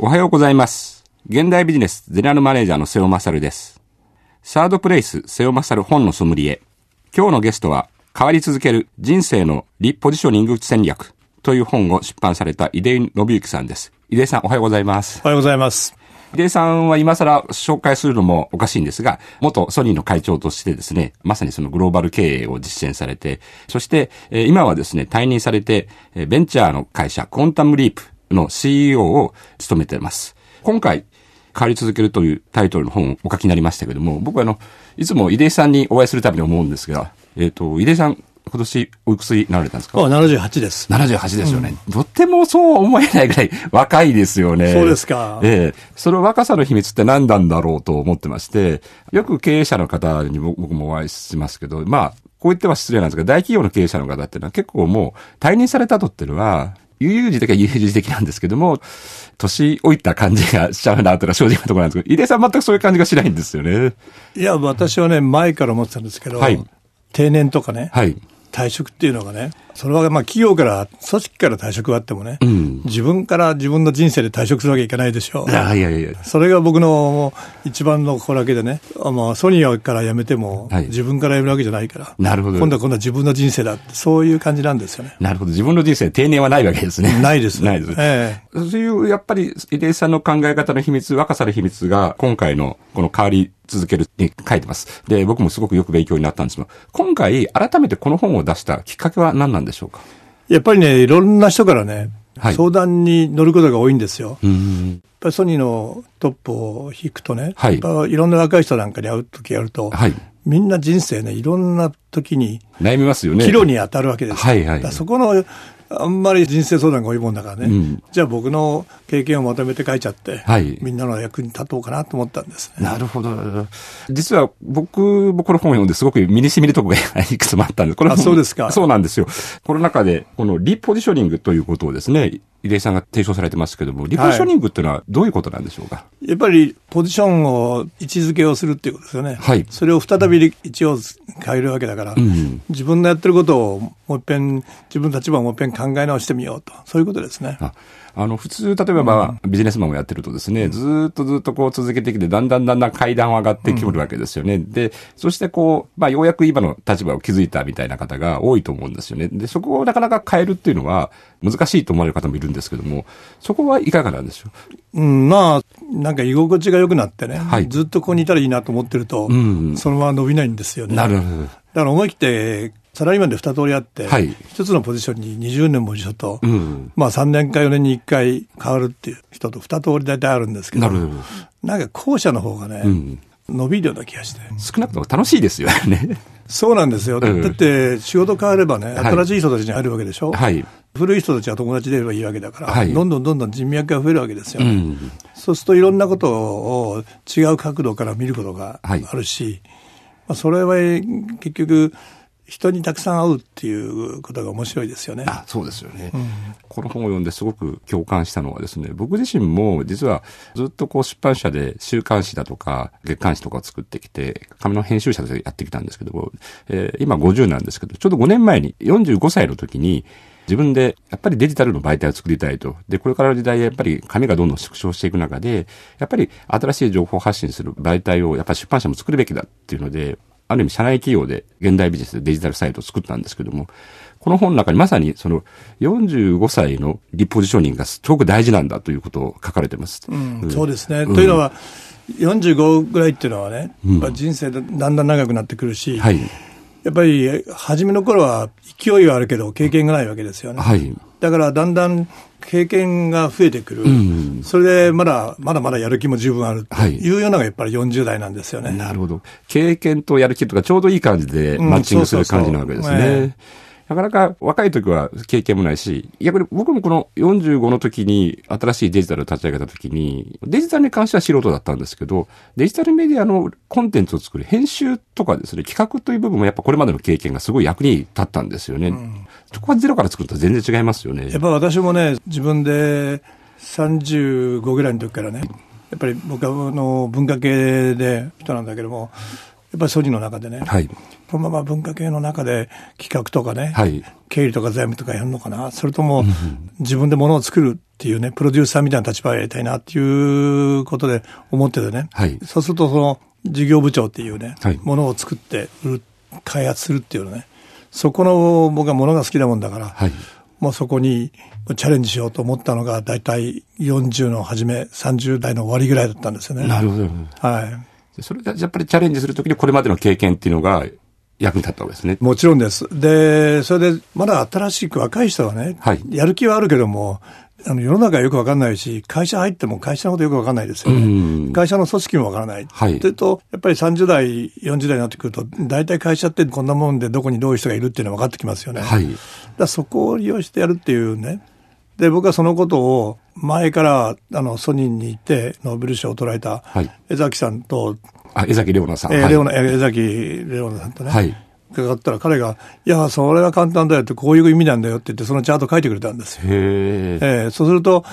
おはようございます。現代ビジネスゼネラルマネージャーの瀬尾勝です。サードプレイス瀬尾勝本のソムリエ。今日のゲストは、変わり続ける人生のリポジショニング戦略という本を出版された井出信之さんです。井出さんおはようございます。おはようございます。井出さんは今更紹介するのもおかしいんですが、元ソニーの会長としてですね、まさにそのグローバル経営を実践されて、そして、えー今はですね、退任されて、えーベンチャーの会社、コンタムリープの CEO を務めています。今回、変わり続けるというタイトルの本をお書きになりましたけれども、僕はあの、いつも井出さんにお会いするたびに思うんですが、えっ、と、井出さん、今年おいくつになられたんですかあ、78です。 78ですよね、とってもそう思えないぐらい若いですよね。そうですかええその若さの秘密って何なんだろうと思ってまして、よく経営者の方に僕僕もお会いしますけど、まあ、こう言っては失礼なんですけど、大企業の経営者の方っていうのは結構もう退任された後っていうのは、悠々自適は悠々自適なんですけども、年老いた感じがしちゃうなというのは正直なところなんですけど、井出さん全くそういう感じがしないんですよね。いや、私はね、前から思ってたんですけど、はい定年とかね、はい。退職っていうのがね、それはまあ企業から、組織から退職があってもね、自分から自分の人生で退職するわけいかないでしょう。あいやいやいや。それが僕のもう一番のこれだけでね、あまあ、ソニーから辞めても、はい自分から辞めるわけじゃないから、なるほど今度は今度は自分の人生だって、そういう感じなんですよね。なるほど。自分の人生、定年はないわけですね。ないで すないです。えそういう、やっぱり、入江さんの考え方の秘密、若さの秘密が、今回の、この変わり続けるに書いてます。で、僕もすごくよく勉強になったんですが、今回、改めてこの本を出したきっかけは何なんでしょうかえやっぱりね、いろんな人からね、はい相談に乗ることが多いんですよ。うん。やっぱりソニーのトップを引くとね、はいやっぱいろんな若い人なんかに会うときやると、はい。みんな人生ね、いろんな時に、悩みますよね。岐路に当たるわけですよ。はいはいだからそこの、あんまり人生相談が多いもんだからね、うんじゃあ僕の経験をまとめて書いちゃって、はいみんなの役に立とうかなと思ったんですね。なるほど。実は僕もこの本を読んですごく身に染みるところがいくつもあったんです。これもあそうですかそうなんですよ。この中で、このリポジショニングということをですね、入江さんが提唱されてますけども、リポジショニングっていうのはどういうことなんでしょうか、やっぱりポジションを位置づけをするっていうことですよね。はいそれを再び一応変えるわけだから、ん自分のやってることをもう一遍、自分の立場をもう一遍考え直してみようと、そういうことですね。ああの、普通、例えば、まあ、ビジネスマンをやってるとですね、ずーっとずーっとこう続けてきて、だんだんだんだん階段を上がってきてるわけですよね。で、そしてこう、まあ、ようやく今の立場を築いたみたいな方が多いと思うんですよね。で、そこをなかなか変えるっていうのは、難しいと思われる方もいるんですけども、そこはいかがなんでしょうん、まあ、なんか居心地が良くなってね、はいずっとここにいたらいいなと思ってると、んそのまま伸びないんですようね。なだるほど。から思い切って、サラリーマンで二通りあって、一、はいつのポジションに20年も一緒と、うん。まあ3年か4年に1回変わるっていう人と二通り大体あるんですけど、なるほど。なんか後者の方がね、うん。伸びるような気がして。少なくとも楽しいですよね。 そうなんですよ。だうんって仕事変わればね、い新しい人たちに会えるわけでしょ、はい。古い人たちは友達でいればいいわけだから、はいどんどんどんどん人脈が増えるわけですようね。ん。そうするといろんなことを違う角度から見ることがあるし、まあ、それは結局人にたくさん会うっていうことが面白いですよね。あそうですよね、この本を読んですごく共感したのはですね僕自身も実はずっとこう出版社で週刊誌だとか月刊誌とかを作ってきて紙の編集者としてやってきたんですけども、えー今50なんですけどちょうど5年前に45歳の時に自分でやっぱりデジタルの媒体を作りたいと。で、これからの時代やっぱり紙がどんどん縮小していく中で、やっぱり新しい情報発信する媒体をやっぱり出版社も作るべきだっていうので、ある意味社内企業で現代ビジネスでデジタルサイトを作ったんですけども、この本の中にまさにその45歳のリポジショニングがすごく大事なんだということを書かれてます。うんそうですね、というのは45ぐらいっていうのはね、やっぱ人生だんだん長くなってくるし、はい。やっぱり初めの頃は勢いはあるけど経験がないわけですよね。はい。だからだんだん経験が増えてくる、それでまだまだまだやる気も十分あるというようなのがやっぱり40代なんですよね。なるほど。経験とやる気とかちょうどいい感じでマッチングする感じなわけですうんそうそうそうね。なかなか若い時は経験もないし、逆に僕もこの45の時に新しいデジタルを立ち上げた時に、デジタルに関しては素人だったんですけど、デジタルメディアのコンテンツを作る編集とかですね、企画という部分もやっぱこれまでの経験がすごい役に立ったんですよね。そこはゼロから作ると全然違いますよねや。っぱ私もね、自分で35ぐらいの時からね、やっぱり僕はあの文化系で人なんだけども、っぱりソニーの中でね、はい。このまま文化系の中で企画とかね、はい。経理とか財務とかやるのかなそれとも自分で物を作るっていうね、プロデューサーみたいな立場をやりたいなっていうことで思っててね。はいそうするとその事業部長っていうね、はい物を作って売る、開発するっていうのね。そこの僕は物が好きなもんだから、はい。もうそこにチャレンジしようと思ったのが大体40の初め、30代の終わりぐらいだったんですよね。なるほど。はい。それでやっぱりチャレンジするときにこれまでの経験っていうのが役に立ったわけですね。もちろんです。で、それで、まだ新しく若い人はね、はいやる気はあるけども、あの世の中はよくわかんないし、会社入っても会社のことよくわかんないですようね。ん会社の組織もわからない。はいというと、やっぱり30代、40代になってくると、大体会社ってこんなもんでどこにどういう人がいるっていうのは分かってきますよね。はいだからそこを利用してやるっていうね。で、僕はそのことを前から、あの、ソニーに行って、ノーベル賞を取られたはい、江崎さんと、あ、江崎レオナさん。えーはいレオナ、江崎レオナさんとね、はい伺ったら彼が、いや、それは簡単だよって、こういう意味なんだよって言って、そのチャート書いてくれたんですよ。へえ。えーそうすると、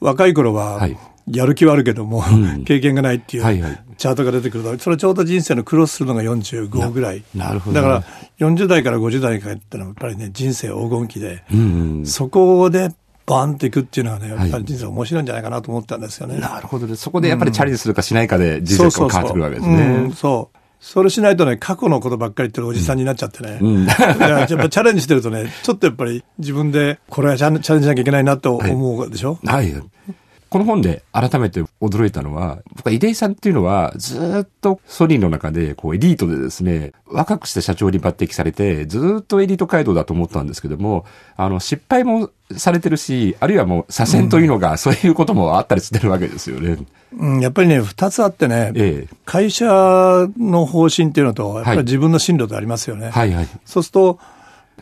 若い頃ははい、やる気はあるけども、ん経験がないっていう、はいはいチャートが出てくると、それちょうど人生のクロスするのが45ぐらい。ななるほどだから、40代から50代にかけてのは、やっぱりね、人生黄金期で、うん。そこでバーンっていくっていうのはね、やっぱはりい人生面白いんじゃないかなと思ったんですよね。なるほどね。そこでやっぱりチャレンジするかしないかで人生が変わってくるわけですそうそうそううんね。そう。それしないとね、過去のことばっかり言ってるおじさんになっちゃってね。ん いややっぱチャレンジしてるとね、ちょっとやっぱり自分で、これはチャレンチャレンジしなきゃいけないなと思うでしょ、はい。この本で改めて驚いたのは、僕は出井さんっていうのは、ずーっとソニーの中で、こう、エリートでですね、若くして社長に抜擢されて、ずーっとエリート街道だと思ったんですけども、あの、失敗もされてるし、あるいはもう、左遷というのが、そういうこともあったりしてるわけですよね。うん、やっぱりね、二つあってね、ええ会社の方針っていうのと、やっぱりはい自分の進路とありますよね。はいはい。そうすると、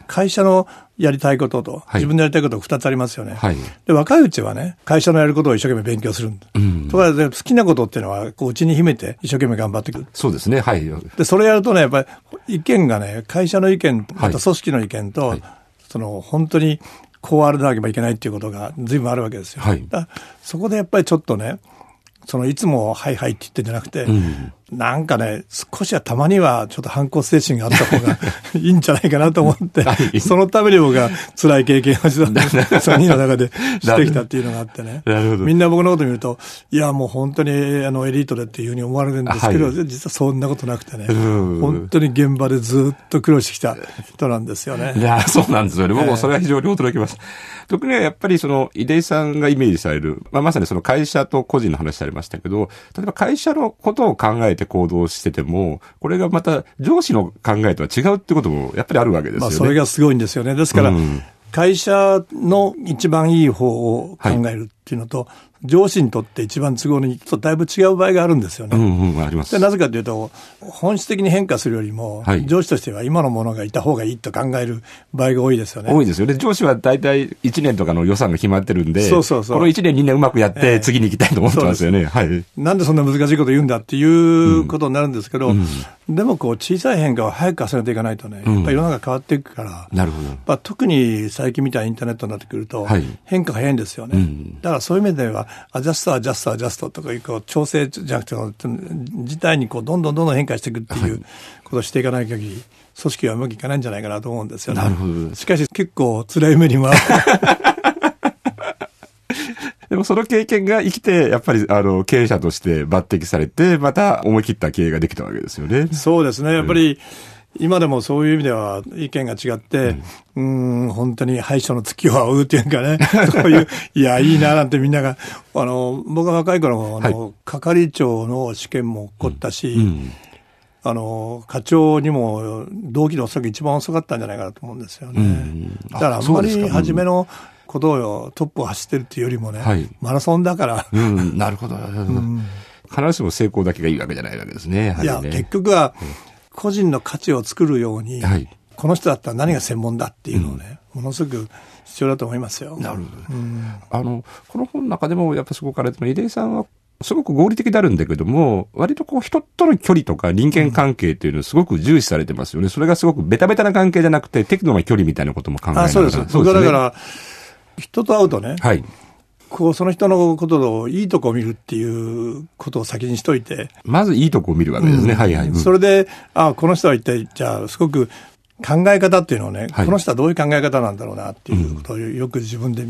会社のやりたいことと、はい自分のやりたいことが二つありますよね。はい。で、若いうちはね、会社のやることを一生懸命勉強するんだ。うん。とかで、好きなことっていうのは、こう、ちに秘めて一生懸命頑張ってくる。そうですね。はい。で、それやるとね、やっぱり意見がね、会社の意見と、はいまた組織の意見と、はいその、本当にこうあらなければいけないっていうことが随分あるわけですよ。はいだからそこでやっぱりちょっとね、その、いつもはいはいって言ってんじゃなくて、んなんかね、少しはたまにはちょっと反抗精神があった方 がいいんじゃないかなと思って、はいそのために僕が辛い経験 をしたんで、3人の中でしてきたっていうのがあってね。なるほどみんな僕のこと見ると、いや、もう本当にあのエリートでっていうふうに思われるんですけど、はい実はそんなことなくてね、うん本当に現場でずっと苦労してきた人なんですよいね。や、 そうなんですよね。僕もそれは非常に驚きました。特にはやっぱりその、井出さんがイメージされる、まあ、まさにその会社と個人の話されましたけど、例えば会社のことを考えて行動してても、これがまた上司の考えとは違うってこともやっぱりあるわけですまよあ、ね。それがすごいんですよね。ですから、うん会社の一番いい方を考えるっていうのと、上司にとって一番都合のいいとだいぶ違う場合があるんですよね。うんうん、ありま。ですなぜかというと、本質的に変化するよりも、はい上司としては今のものがいた方がいいと考える場合が多いですよね。多いですよね。上司は大体1年とかの予算が決まってるんで、そうそうそうこの1年2年うまくやっえてえ次に行きたいと思ってますよね。はい。なんでそんな難しいこと言うんだっていうことになるんですけど、でもこう小さい変化を早く重ねていかないとね、んやっぱり世の中変わっていくから、なるほど。まあ、特に最近みたいにインターネットになってくるとはい、変化が早いんですよね、うんだからそういう意味では、アジャスト、アジャスト、アジャストとかいうこう調整じゃなくて、事態にこうどんどんどんどん変化していくっていうことをしていかない限り、組織はうまくいかないんじゃないかなと思うんですよね。なるほどしかし結構辛い目にもでもその経験が生きて、やっぱりあの経営者として抜擢されて、また思い切った経営ができたわけですよね。そうですね。やっぱり、今でもそういう意味では意見が違って、うん、ん本当に敗者の月を追うっていう かね、そういう、いや、いいななんてみんなが、あの、僕が若い頃も、あの、係長の試験も起こったし、うん。あの、課長にも同期の遅く一番遅かったんじゃないかなと思うんですよね。うんだからああんそまうですかり初めのことをトップを走ってるっていうよりもね、はいマラソンだから、うん、なるほど。必ずしも成功だけがいいわけじゃないわけですね。やはいや、ね結局は、個人の価値を作るように、はいこの人だったら何が専門だっていうのをね、ものすごく必要だと思いますよ。なるほど、あの、この本の中でも、やっぱそこから、井出さんは、すごく合理的であるんだけども、割とこう、人との距離とか人間関係っていうのをすごく重視されてますよね。それがすごくベタベタな関係じゃなくて、適度な距離みたいなことも考えながあらそうです。僕はだか、ら、人と会うとね、はい。こう、その人のことをいいとこを見るっていうことを先にしといて。まずいいとこを見るわけですね。うんはいはい。うんそれで、あこの人は一体、じゃあ、すごく考え方っていうのをね、はいこの人はどういう考え方なんだろうなっていうことをよく自分で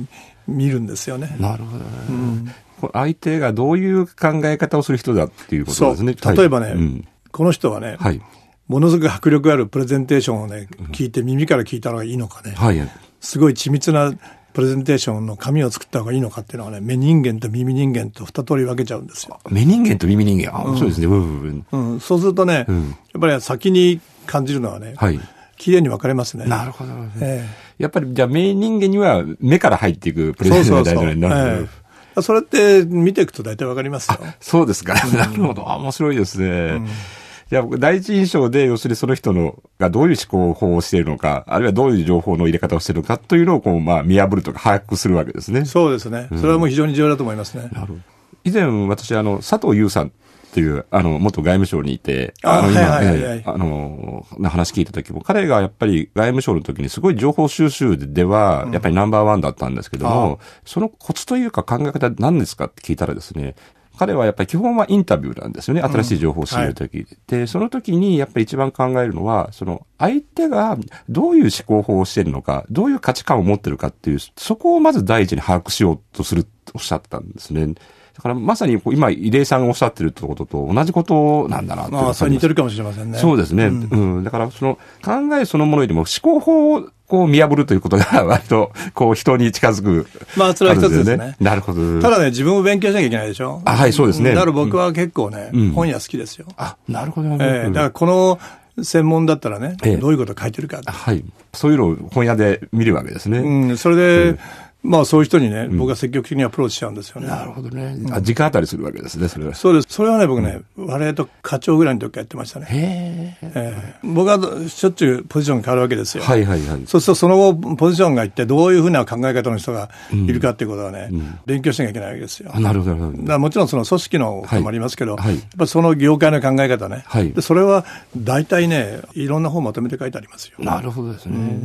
見るんですよね。なるほどね。これ相手がどういう考え方をする人だっていうことですね。そう例えばねはいうんこの人はね、はい。ものすごく迫力あるプレゼンテーションをね、聞いて耳から聞いたのがいいのかね、はい。すごい緻密なプレゼンテーションの紙を作った方がいいのかっていうのはね、目人間と耳人間と二通り分けちゃうんですよ。目人間と耳人間。あ、面白いですね。うんうんうん、そうするとね、うんやっぱり先に感じるのはね、はい。綺麗に分かれますね。なるほどね。えやっぱり、じゃあ、目人間には目から入っていくプえレゼンが大事なんだなるほどええそれって見ていくと大体わかりますよ。そうですか。なるほど。あ面白いですね。じゃあ僕、第一印象で、要するにその人のがどういう思考法をしているのか、あるいはどういう情報の入れ方をしているのかというのを、こう、まあ、見破るとか、把握するわけですね。そうですね。それはもう非常に重要だと思いますね。以前、私、あの、佐藤優さんっていう、あの、元外務省にいて、の、あはいはいはいはいええあの、な話聞いた時も、彼がやっぱり外務省の時にすごい情報収集では、やっぱりナンバーワンだったんですけども、そのコツというか考え方何ですかって聞いたらですね、彼はやっぱり基本はインタビューなんですよね。新しい情報を仕入れるとき、で、その時にやっぱり一番考えるのは、その相手がどういう思考法をしているのか、どういう価値観を持ってるかっていう、そこをまず第一に把握しようとするとおっしゃったんですね。だからまさにこう今、入江さんがおっしゃってるってことと同じことなんだなっていうのまがあ、それ似てるかもしれませんね。そうですね。うん。だから、その、考えそのものよりも思考法をこう見破るということが 割と、こう、人に近づく。まあそれは一つですねあるんよなるほど。ただね、自分を勉強しなきゃいけないでしょ。あはいそうですねだから僕は結構ね、うん本屋好きですよ。あ、なるほど。ええだからこの専門だったらね、ええどういうこと書いてるかってはい。そういうのを本屋で見るわけですね。うん、それで、まあそういう人にね、僕は積極的にアプローチしちゃうんですよね。なるほどね。あ、時間当たりするわけですね、それは。そうです。それはね、僕ね、我々と課長ぐらいの時からやってましたね。へえ。ええ僕はしょっちゅうポジション変わるわけですよ。はいはいはい。そうするとその後、ポジションがいってどういうふうな考え方の人がいるかっていうことはね、勉強しなきゃいけないわけですよ。あなるほど、なるほだど。からもちろんその組織のこともありますけど、はいはいやっぱりその業界の考え方ね、はいでそれは大体ね、いろんな本まとめて書いてありますよ。なるほどですね。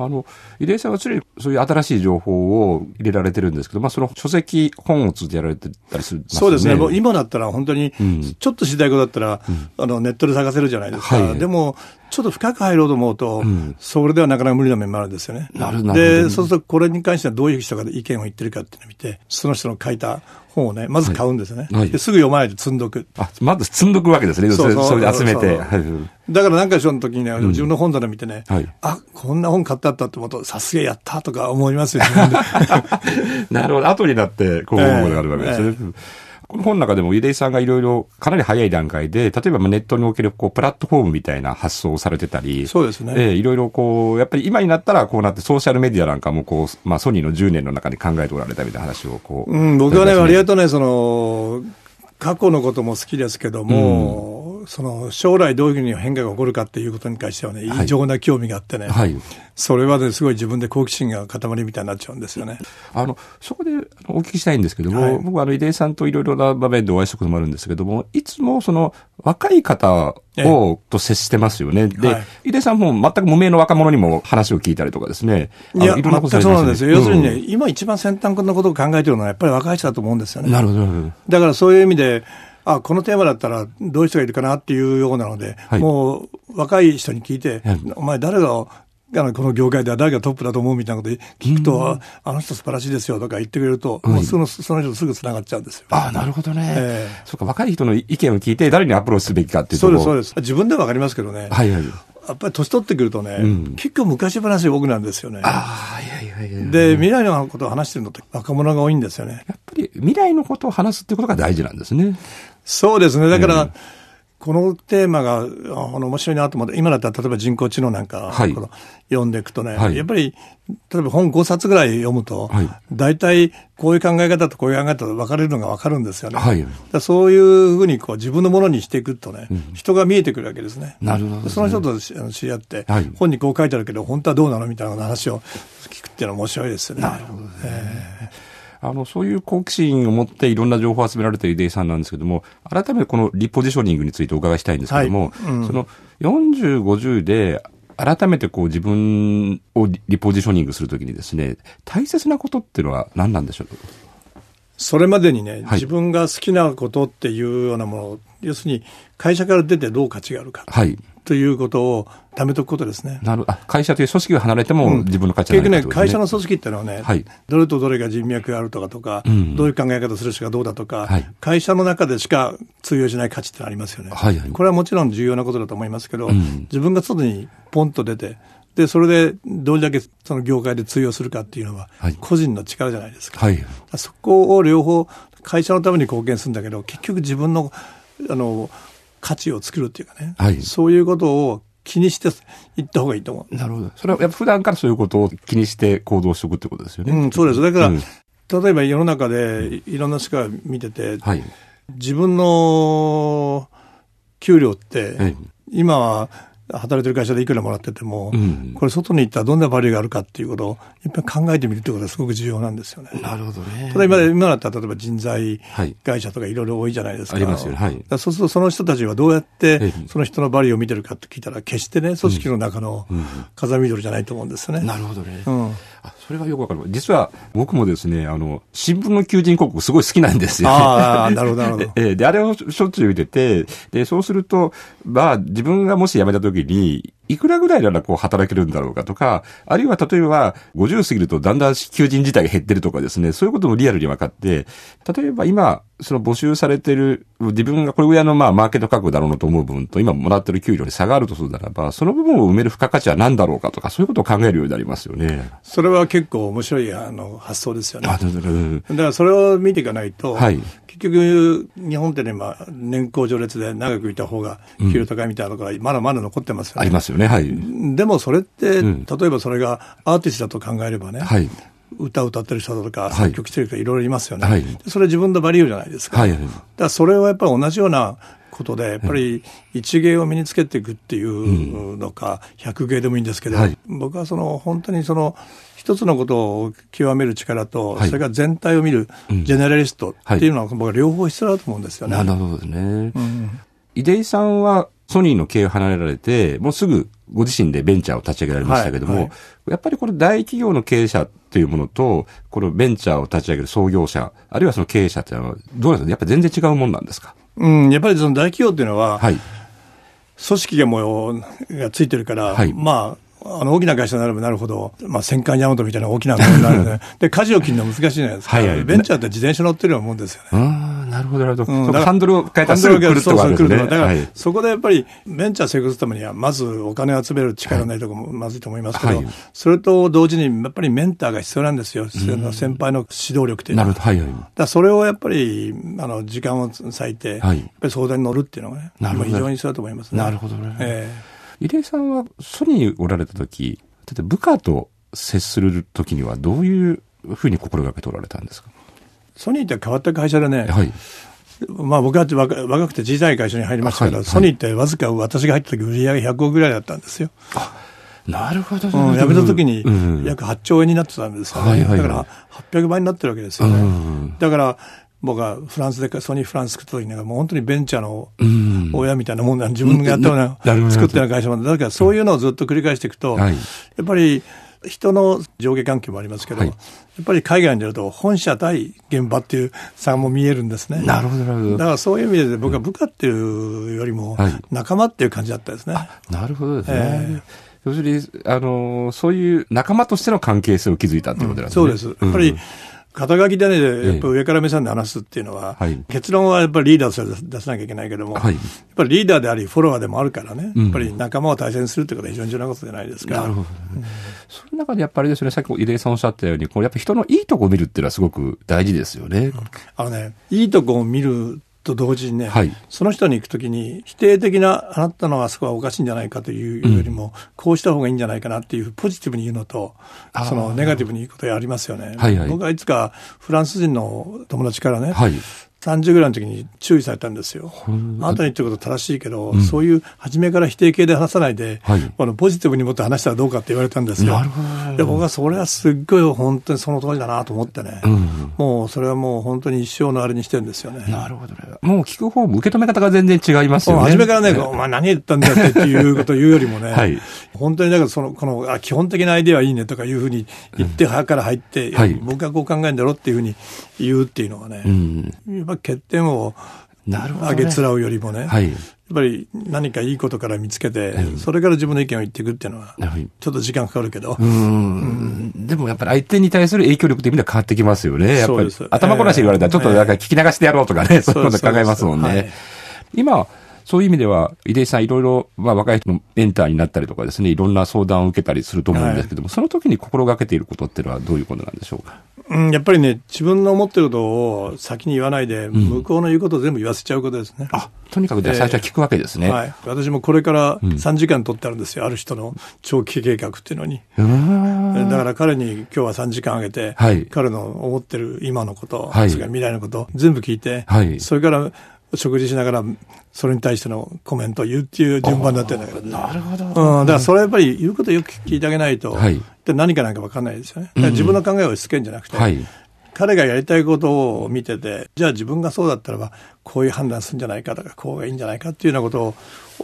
あの、入江さんは常にそういう新しい情報を入れられてるんですけど、まあ、その書籍、本を通じてやられてたりする、そうですね、もう今。今だったら本当に、ちょっと知りたいことだったら、あのネットで探せるじゃないですか、はいでも、ちょっと深く入ろうと思うと、それではなかなか無理な面もあるんですよね。なるなるほどで、そうすると、これに関してはどういう人が意見を言ってるかっていうのを見て、その人の書いた本をね、まず買うんですよね、はいはいですぐ読まないで積んどく。あ、まず積んどくわけですね。そそううそうれで集めそうて。はいうんだからなんかしょの時にね、自分の本棚見てね、はいあこんな本買ってあったって思うと、さすがやったとか思いますよ、 自分でなるほど。後になって、こう、ええ思うものがあるわけですね。この本の中でも、ゆでいさんがいろいろ、かなり早い段階で、例えばまあネットにおける、こう、プラットフォームみたいな発想をされてたり、そうですねええいろいろこう、やっぱり今になったら、こうなって、ソーシャルメディアなんかも、こう、まあ、ソニーの10年の中に考えておられたみたいな話を、こう。うん、僕はね、され割て合とね、その、過去のことも好きですけども、その、将来どういうふうに変化が起こるかっていうことに関してはね、はい異常な興味があってね、ますねはい。それはね、すごい自分で好奇心が塊みたいになっちゃうんですよね。あの、そこであのお聞きしたいんですけども、はい僕はあの、井出さんといろいろな場面でお会いしたこともあるんですけども、いつもその、若い方えを、と接してますよね。で、はい井出さんも全く無名の若者にも話を聞いたりとかですね。あいのや、全ろなくことされそてうまなんですよ。要するにね、うん今一番先端のことを考えてるのは、やっぱり若い人だと思うんですよね。なるほど、なるほど。だからそういう意味で、あこのテーマだったらどういう人がいるかなっていうようなので、はいもう若い人に聞いて、はいお前、誰が、あのこの業界では誰がトップだと思うみたいなこと聞くと、ああの人素晴らしいですよとか言ってくれると、もうすぐのその人とすぐつながっちゃうんですよ。ああ、なるほどね。えそうか、若い人の意見を聞いて、誰にアプローチすべきかっていうとそうこです、そうでです。自分ではわかりますけどね、はいはい。やっぱり年取ってくるとね、結構昔話が多くなんですよね。ああ、いやいやいやいや。で、未来のことを話してるのって若者が多いんですよね。やっぱり未来のことを話すっていうことが大事なんですね。そうですね。だから、このテーマが、あの、面白いなと思って、今だったら、例えば人工知能なんか、はいこの読んでいくとね、はいやっぱり、例えば本5冊ぐらい読むと、はい大体、こういう考え方とこういう考え方と分かれるのが分かるんですよね。はいだからそういうふうに、こう、自分のものにしていくとね、人が見えてくるわけですね。なるほどその人としあの知り合って、はい本にこう書いてあるけど、本当はどうなのみたいな話を聞くっていうのは面白いですよね。あの、そういう好奇心を持っていろんな情報を集められているデイさんなんですけども、改めてこのリポジショニングについてお伺いしたいんですけども、その40、50で、改めてこう自分をリリポジショニングするときにですね、大切なことっていうのは何なんでしょうそれまでにね、はい自分が好きなことっていうようなものを、要するに会社から出てどう価値があるかはい。ということを貯めとくことですね。なるあ会社という組織を離れても自分の価値結が局ないっね、てこと会です社ね、の組織ってのはね、はいどれとどれが人脈があるとかとか、んどういう考え方する人がどうだとか、はい会社の中でしか通用しない価値ってのありますよね。はいはいこれはもちろん重要なことだと思いますけど、ん自分が外にポンと出て、で、それでどれだけその業界で通用するかっていうのははい、個人の力じゃないですか。はい。そこを両方会社のために貢献するんだけど、結局自分の、あの、価値を作るっていうかね、はいそういうことを気にしていった方がいいと思う。なるほど。それはやっぱ普段からそういうことを気にして行動しておくってことですよね。うん、そうです。だから、うん例えば世の中でいろんな人が見てて、はい。自分の給料って、ええ今は働いてる会社でいくらもらってても、うんこれ外に行ったらどんなバリューがあるかっていうことを、やっぱり考えてみるってことがすごく重要なんですよね。なるほどねただ今で、今だったら例えば人材はい会社とかいろいろ多いじゃないですか。ありますよねはいだからそうするとその人たちはどうやっえてえその人のバリューを見てるかって聞いたら、決してね、組織の中の風見鶏じゃないと思うんですよね。なるほどね。 うんあそれはよくわかる。実は僕もですね、あの、新聞の求人広告すごい好きなんですよ。ああ、なるほど、なるほど。 ええで、あれをしょっちゅう見てて、で、そうすると、まあ、自分がもし辞めた時に、いくらぐらいならこう働けるんだろうかとか、あるいは例えば、50過ぎるとだんだん求人自体が減ってるとかですね、そういうこともリアルに分かって、例えば今、その募集されてる、自分がこれぐらいのまあ、マーケット価格だろうなと思う部分と、今もらってる給料に差があるとするならば、その部分を埋める付加価値は何だろうかとか、そういうことを考えるようになりますよね。それは結構面白いあの発想ですよね。あだなるほどうんからそれを見ていかないと、はい結局、日本ってね、まあ、年功序列で長くいた方が給料高いみたいなのがまだまだ残ってますよあね。りますよね、はい。でもそれって、ん例えばそれがアーティストだと考えればね、はい。歌を歌ってる人だとか、い作曲してる人いろいろいますよね。はいでそれ自分のバリューじゃないですか。はいだからそれはやっぱり同じようなことで、やっぱり一芸を身につけていくっていうのか、百芸でもいいんですけど、はい僕はその本当にその一つのことを極める力と、はいそれから全体を見るジェネラリストっていうのは僕は両方必要だと思うんですよね。なるほどですね。井出井さんはソニーの経営を離れられて、もうすぐご自身でベンチャーを立ち上げられましたけども、はいはいやっぱりこの大企業の経営者というものと、このベンチャーを立ち上げる創業者、あるいはその経営者っていうのは、どうなんですかやっぱ全然違うもんなんですかうん、やっぱりその大企業っていうのは、はい。組織がもう、がついてるから、はいまあ、あの大きな会社になればなるほど、まあ、戦艦ヤマトみたいな大きなものになる ので、で、舵を切るの難しいじゃないですか。はいはいベンチャーって自転車乗ってるようなもんですよね。ああ、なるほど、なるほど。うんそうだかからハンドルを変えたらすそぐう来るってそうわけそうですね。来るとかだから、はいそこでやっぱりベンチャー成功するためには、まずお金を集める力がないとこもまずいと思いますけど、はいそれと同時にやっぱりメンターが必要なんですよ。その先輩の指導力っていうのなはるほど、はいはい。だからそれをやっぱり、あの、時間を割いて、はいやっぱり相談に乗るっていうのがね、なるほど非常にそうだと思いますね。なるほどねええ井出井さんはソニーにおられた時、例えば部下と接する時にはどういうふうに心がけておられたんですかソニーって変わった会社でね、はい。まあ僕は若若くて小さい会社に入りましたけど、はいはいソニーってわずか私が入った時売り上げ100億ぐらいだったんですよ。なるほど、うん、辞めた時にうん約8兆円になってたんですよね。はいはいはいだから800倍になってるわけですよね。うんだから僕はフランスでソニーフランス作った時なんかもう本当にベンチャーのうん親みたいなもんなん自分がやったようなななるほど作ったような会社もだからそういうのをずっと繰り返していくと、はいやっぱり人の上下関係もありますけど、はいやっぱり海外に出ると本社対現場っていう差も見えるんですね。なるほど、なるほだど。からそういう意味で僕は部下っていうよりもはい仲間っていう感じだったですね。なるほどですえね。要するに、あのー、そういう仲間としての関係性を築いたってことなんですね。そうです。やっぱりん、肩書きでね、やっぱ上から目線で話すっていうのは、はい結論はやっぱりリーダーとして出さなきゃいけないけども、はいやっぱりリーダーであり、フォロワーでもあるからね、んやっぱり仲間を大切にするってことは非常に重要なことじゃないですか。なるほどね。その中でやっぱりですね、さっき井出さんおっしゃったように、こうやっぱ人のいいとこを見るっていうのはすごく大事ですよね。あのね、いいとこを見ると同時にね、はいその人に行くときに、否定的な、あなたのあそこはおかしいんじゃないかというよりも、こうした方がいいんじゃないかなっていう、ポジティブに言うのとあ、ーそのネガティブに言うことがありますよね。はいはい僕はいつかフランス人の友達からね、はい。 30ぐらいの時に注意されたんですよ。あなたに言ってること正しいけど、そういう初めから否定形で話さないで、はいあのポジティブにもっと話したらどうかって言われたんですよ。なるほどで僕はそれはすっごい本当にその通りだなと思ってね、んもうそれはもう本当に一生のあれにしてるんですよね。なるほどね。もう聞く方も受け止め方が全然違いますよもうね。初めからね、お前何言ったんだってっていうことを言うよりもね、はい本当になんかその、この、あ、基本的なアイデアはいいねとかいうふうに言って、歯から入って、はい僕がこう考えるんだろうっていうふうに言うっていうのはね、うん。やっぱ欠点をなるほど、上ね。げつらうよりもね、はい。やっぱり何かいいことから見つけて、うんそれから自分の意見を言っていくっていうのは、はいちょっと時間かかるけど、うんでもやっぱり相手に対する影響力っていう意味では変わってきますよね。やっぱそうりです頭こなしで言われたらちょっとなんか聞き流してやろうと かね、そういうこと考えますもんね。そうです今、そういう意味では、出井さんいろいろ、まあ若い人のメンターになったりとかですね、いろんな相談を受けたりすると思うんですけども、その時に心がけていることっていうのはどういうことなんでしょうか。うん、やっぱりね、自分の思ってることを先に言わないで、向こうの言うことを全部言わせちゃうことですね。あ、とにかくじゃあええ最初は聞くわけですね。はい、私もこれから3時間取ってあるんですよ、ある人の長期計画っていうのに。うーんだから彼に今日は3時間あげて、はい彼の思ってる今のこと、はいそれから未来のこと、全部聞いて、はいそれから食事しながら、それに対してのコメントを言うっていう順番になってるんだけど、なるほど。うん、だからそれはやっぱり言うことよく聞いてあげないと、はいで何かなんか分かんないですよね。だから自分の考えを押し付けるんじゃなくて、はい。彼がやりたいことを見てて、じゃあ自分がそうだったらば、こういう判断するんじゃないかとか、こうがいいんじゃないかっていうようなこと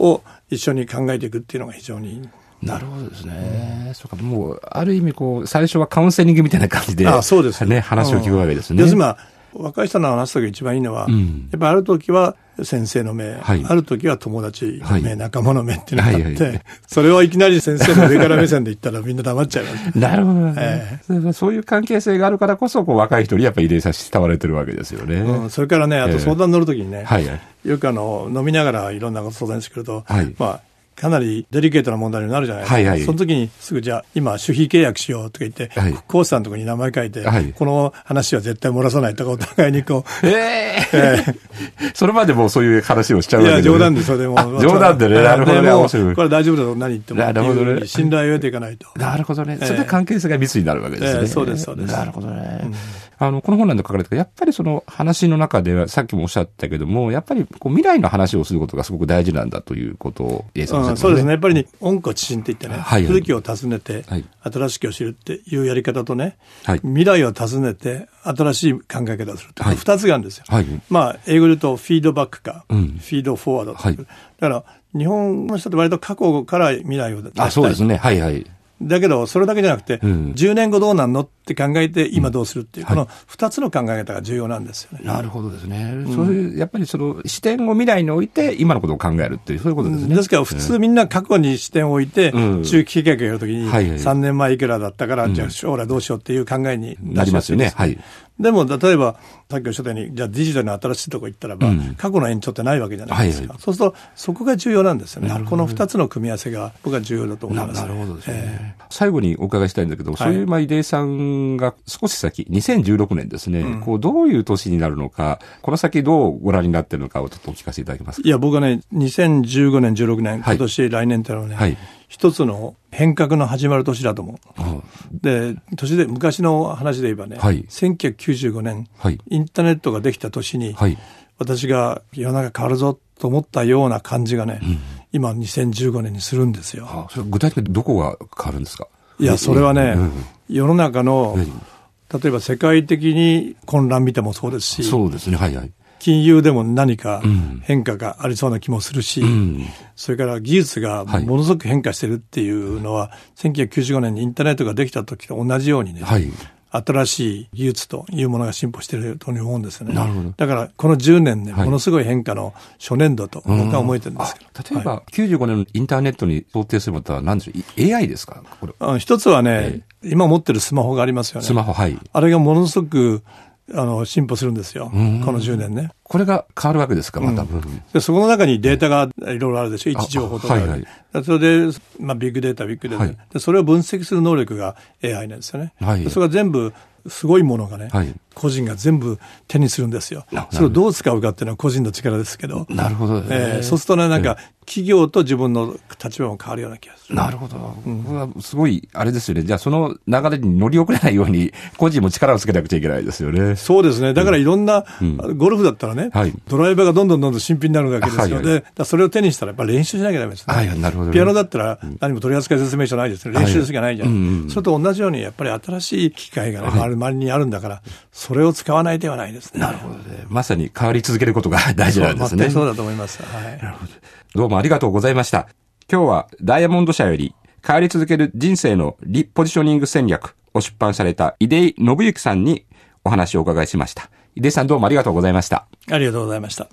をを一緒に考えていくっていうのが非常に。なるほどですね。そうか、もう、ある意味、こう、最初はカウンセリングみたいな感じで、あそうですね、話を聞くわけですね。要するにまあ、若い人の話すときが一番いいのは、んやっぱある時は先生の目、はいある時は友達の目、はい仲間の目っていうのがあって、はいはいそれをいきなり先生の上から目線で言ったらみんな黙っちゃいます。なるほど、 ねえそうそういう関係性があるからこそ、こう、若い人にやっぱり入れさせ慕われてるわけですよね。うん、それからね、あと相談乗るときにね、はいはい。よくあの飲みながらいろんなこと相談してくると、はいまあ、かなりデリケートな問題になるじゃないですか、はいはいその時にすぐじゃあ、今、守秘契約しようとか言って、はいコースさんのところに名前書いて、はいこの話は絶対漏らさないとか、お互い にこう、ええ それまでもうそういう話をしちゃういわけや、で、ね、冗談で、それでもあ う、冗談でねあなるほどねでも面白いこれは大丈夫だぞ、何言ってもなるほどねっていうふうに信頼を得ていかないと。 なるほどね。ええそれで関係性が密になるわけですね。ええそうですそうですなるほどね。あの、この本なんで書かれてるやっぱりその話の中では、さっきもおっしゃったけども、やっぱりこう未来の話をすることがすごく大事なんだということを、イエスさんおっしゃうん、ってそまうですね。。やっぱりね、恩子知心って言ってね、はいはい古きを訪ねて、はい新しきを知るっていうやり方とね、はい未来を訪ねて、新しい考え方をするって、はい二つがあるんですよ。はい。まあ、英語で言うと、フィードバックか、んフィードフォワードって、はいだから、日本の人って割と過去から未来を出したいあ、そうですね。はいはい。だけど、それだけじゃなくて、うん10年後どうなんのって考えて、今どうするっていう、この2つの考え方が重要なんですよね。なるほどですね。そういう、やっぱりその視点を未来に置いて、今のことを考えるっていう、そういうことですね。ですから、普通みんな過去に視点を置いてう、ん中期計画やるときに、はいはい3年前いくらだったから、じゃあ将来どうしようっていう考えになりますよね。出しやはい。いでも、例えば、さっきおっしゃったように、じゃあデジタルの新しいとこ行ったらば、うん過去の延長ってないわけじゃないですはいはか。そうすると、そこが重要なんですよね。この2つの組み合わせが、僕は重要だと思います。どですね。最後にお伺いしたいんだけど、そういう、まあ、井出さんが少し先、2016年ですね、こう、どういう年になるのか、この先どうご覧になってるのかをちょっとお聞かせいただけますか。いや、僕はね、2015年、16年、はい今年、来年ってのはね、はい一つの変革の始まる年だと思う。で、年で、昔の話で言えばね、はい1995年、はいインターネットができた年に、はい。私が世の中変わるぞと思ったような感じがね、今2015年にするんですよ。あそれ具体的にどこが変わるんですかいや、それはね、うん世の中の、うん例えば世界的に混乱見てもそうですし、そうですね、はいはい。金融でも何かん変化がありそうな気もするし、んそれから技術がはいものすごく変化してるっていうのは、1995年にインターネットができた時と同じようにね、はい。新しい技術というものが進歩してるというふうに思うんですよね。なるほどだからこの10年ね、はいものすごい変化の初年度と僕は思えてるんであすけど。例えば、95年のインターネットに想定することは何でしょうい ?AI ですかこれ。あの一つはね、今持ってるスマホがありますよね。スマホ、はい。あれがものすごくあの進歩するんですよ。この10年ね。これが変わるわけですかまた。うんで、そこの中にデータがいろいろあるでしょ、位置情報とか、あはいはいでそれで、まあ、ビッグデータ、ビッグデータ、はいで、それを分析する能力が AI なんですよね。はいでそれが全部すごいものがね、はい個人が全部手にするんですよ。それをどう使うかっていうのは個人の力ですけど。なるほどねえーそうするとね、なんか、企業と自分の立場も変わるような気がする。なるほど。これはすごい、あれですよね。じゃあ、その流れに乗り遅れないように、個人も力をつけなくちゃいけないですよね。そうですね。だからいろんな、ゴルフだったらね、はいドライバーがどんどんどんどん新品になるわけですよ。はいはいで、だからそれを手にしたらやっぱ練習しなきゃダメですね。はいはいなるほどねピアノだったら何も取扱説明書ないですね。練習するしかないじゃん。はいうんうんそれと同じようにやっぱり新しい機械がね、周りにあるんだから、それを使わない手はないですね。なるほど。まさに変わり続けることが大事なんです全ねく。そうだと思います。はい。どうもありがとうございました。今日はダイヤモンド社より変わり続ける人生のリポジショニング戦略を出版された井出井信之さんにお話をお伺いしました。井出井さんどうもありがとうございました。ありがとうございました。